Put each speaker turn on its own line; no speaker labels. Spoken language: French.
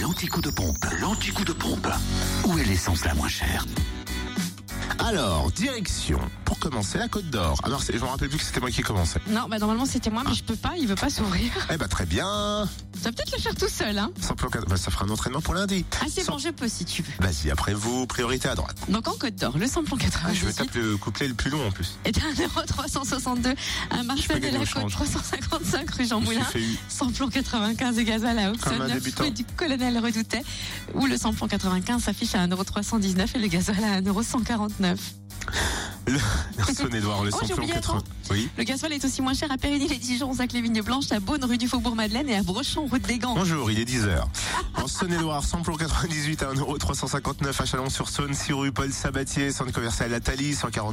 l'anti-coup de pompe. L'anti-coup de pompe. Où est l'essence la moins chère
Alors, direction, pour commencer, la Côte d'Or. Alors, c'est- je me rappelle plus que c'était moi qui commençais.
Non, bah normalement c'était moi, mais je peux pas, il veut pas s'ouvrir.
Eh bah, très bien.
Tu vas peut-être le faire tout seul, hein.
Sans plan- bah, ça fera un entraînement pour lundi.
Ah, c'est
Sans-
bon, je peux si tu veux.
Vas-y, après vous, priorité à droite.
Donc en Côte d'Or, le samplon
Ah, je me tape
98
le couplet le plus long en plus.
est à 1,362 à Marseille de
gagner
la
au
Côte,
change.
355 rue Jean
Je me suis
Moulin.
fait eu.
Samplon 95 de Gazal à Auxonne,
Comme un
9
débutant.
rue du Colonel Redoutet, où le samplon 95 s'affiche à 1,319€ et le gasoil à 1,149€.
Nelson-Edouard, le
Oh, j'ai
samplon
oublié,
80.
attends.
Oui.
Le gasoil est aussi moins cher à Périgny-les-Dijon, aux Acles-Vignes Blanches, à Beaune, rue du Faubourg-Madeleine et à Brochon, route des Gants.
Bonjour, il est 10h. En Saône-et-Loire, samplon 98 à 1,359€ à Chalon-sur-Saône, 6 rue Paul Sabatier, centre commercial Atali, 140